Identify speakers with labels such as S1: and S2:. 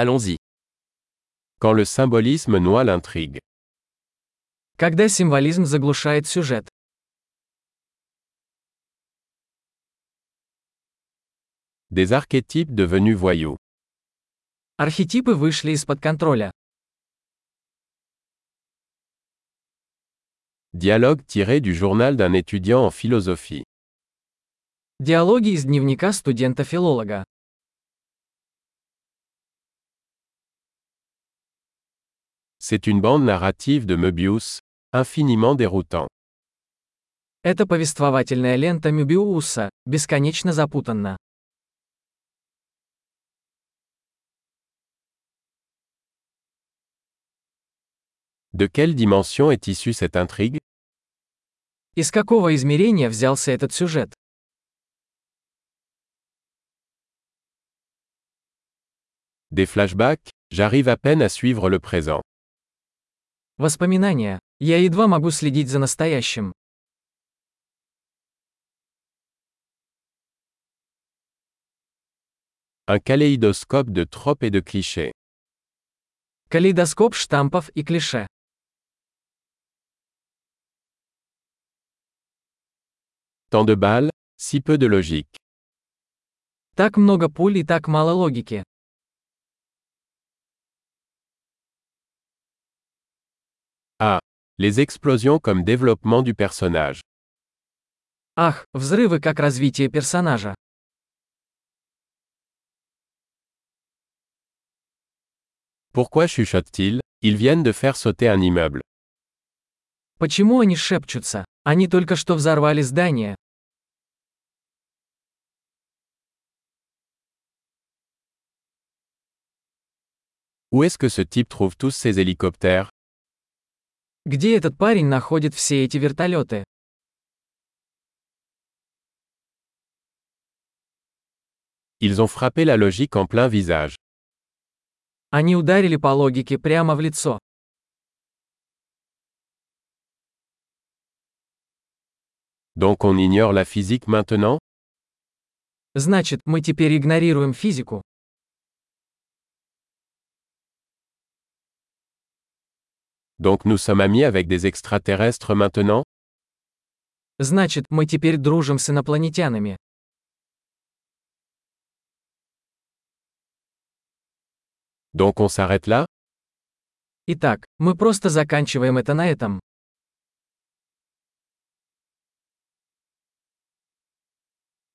S1: Allons-y. Quand le symbolisme noie l'intrigue.
S2: Когда символизм заглушает сюжет.
S1: Des archétypes devenus voyous.
S2: Архетипы вышли из-под контроля.
S1: Dialogue tiré du journal d'un étudiant en philosophie.
S2: Диалоги из дневника студента-филолога.
S1: C'est une bande narrative de Möbius, infiniment déroutant.
S2: Это повествовательная лента Мюбиуса, бесконечно запутанна.
S1: De quelle dimension est issue cette intrigue
S2: Из какого измерения взялся этот сюжет?
S1: Des flashbacks J'arrive à peine à suivre le présent.
S2: Воспоминания. Я едва могу следить за настоящим.
S1: Un kaléidoscope de tropes et de clichés.
S2: Калейдоскоп штампов и клише.
S1: Tant de balles, si peu de logique.
S2: Так много пуль и так мало логики.
S1: Les explosions comme développement du personnage.
S2: Ах, взрывы как развитие персонажа.
S1: Pourquoi chuchotent-ils Ils viennent de faire sauter un immeuble.
S2: Почему они шепчутся? Они только что взорвали здание.
S1: Où est-ce que ce type trouve tous ces hélicoptères
S2: Где этот парень находит все эти вертолеты?
S1: Ils ont frappé la logique en plein visage.
S2: Они ударили по логике прямо в лицо.
S1: Donc on ignore la physique maintenant
S2: Значит, мы теперь игнорируем физику.
S1: Donc nous sommes amis avec des extraterrestres maintenant
S2: Значит, мы теперь дружим с инопланетянами.
S1: Donc on s'arrête là
S2: Итак, мы просто заканчиваем это на этом.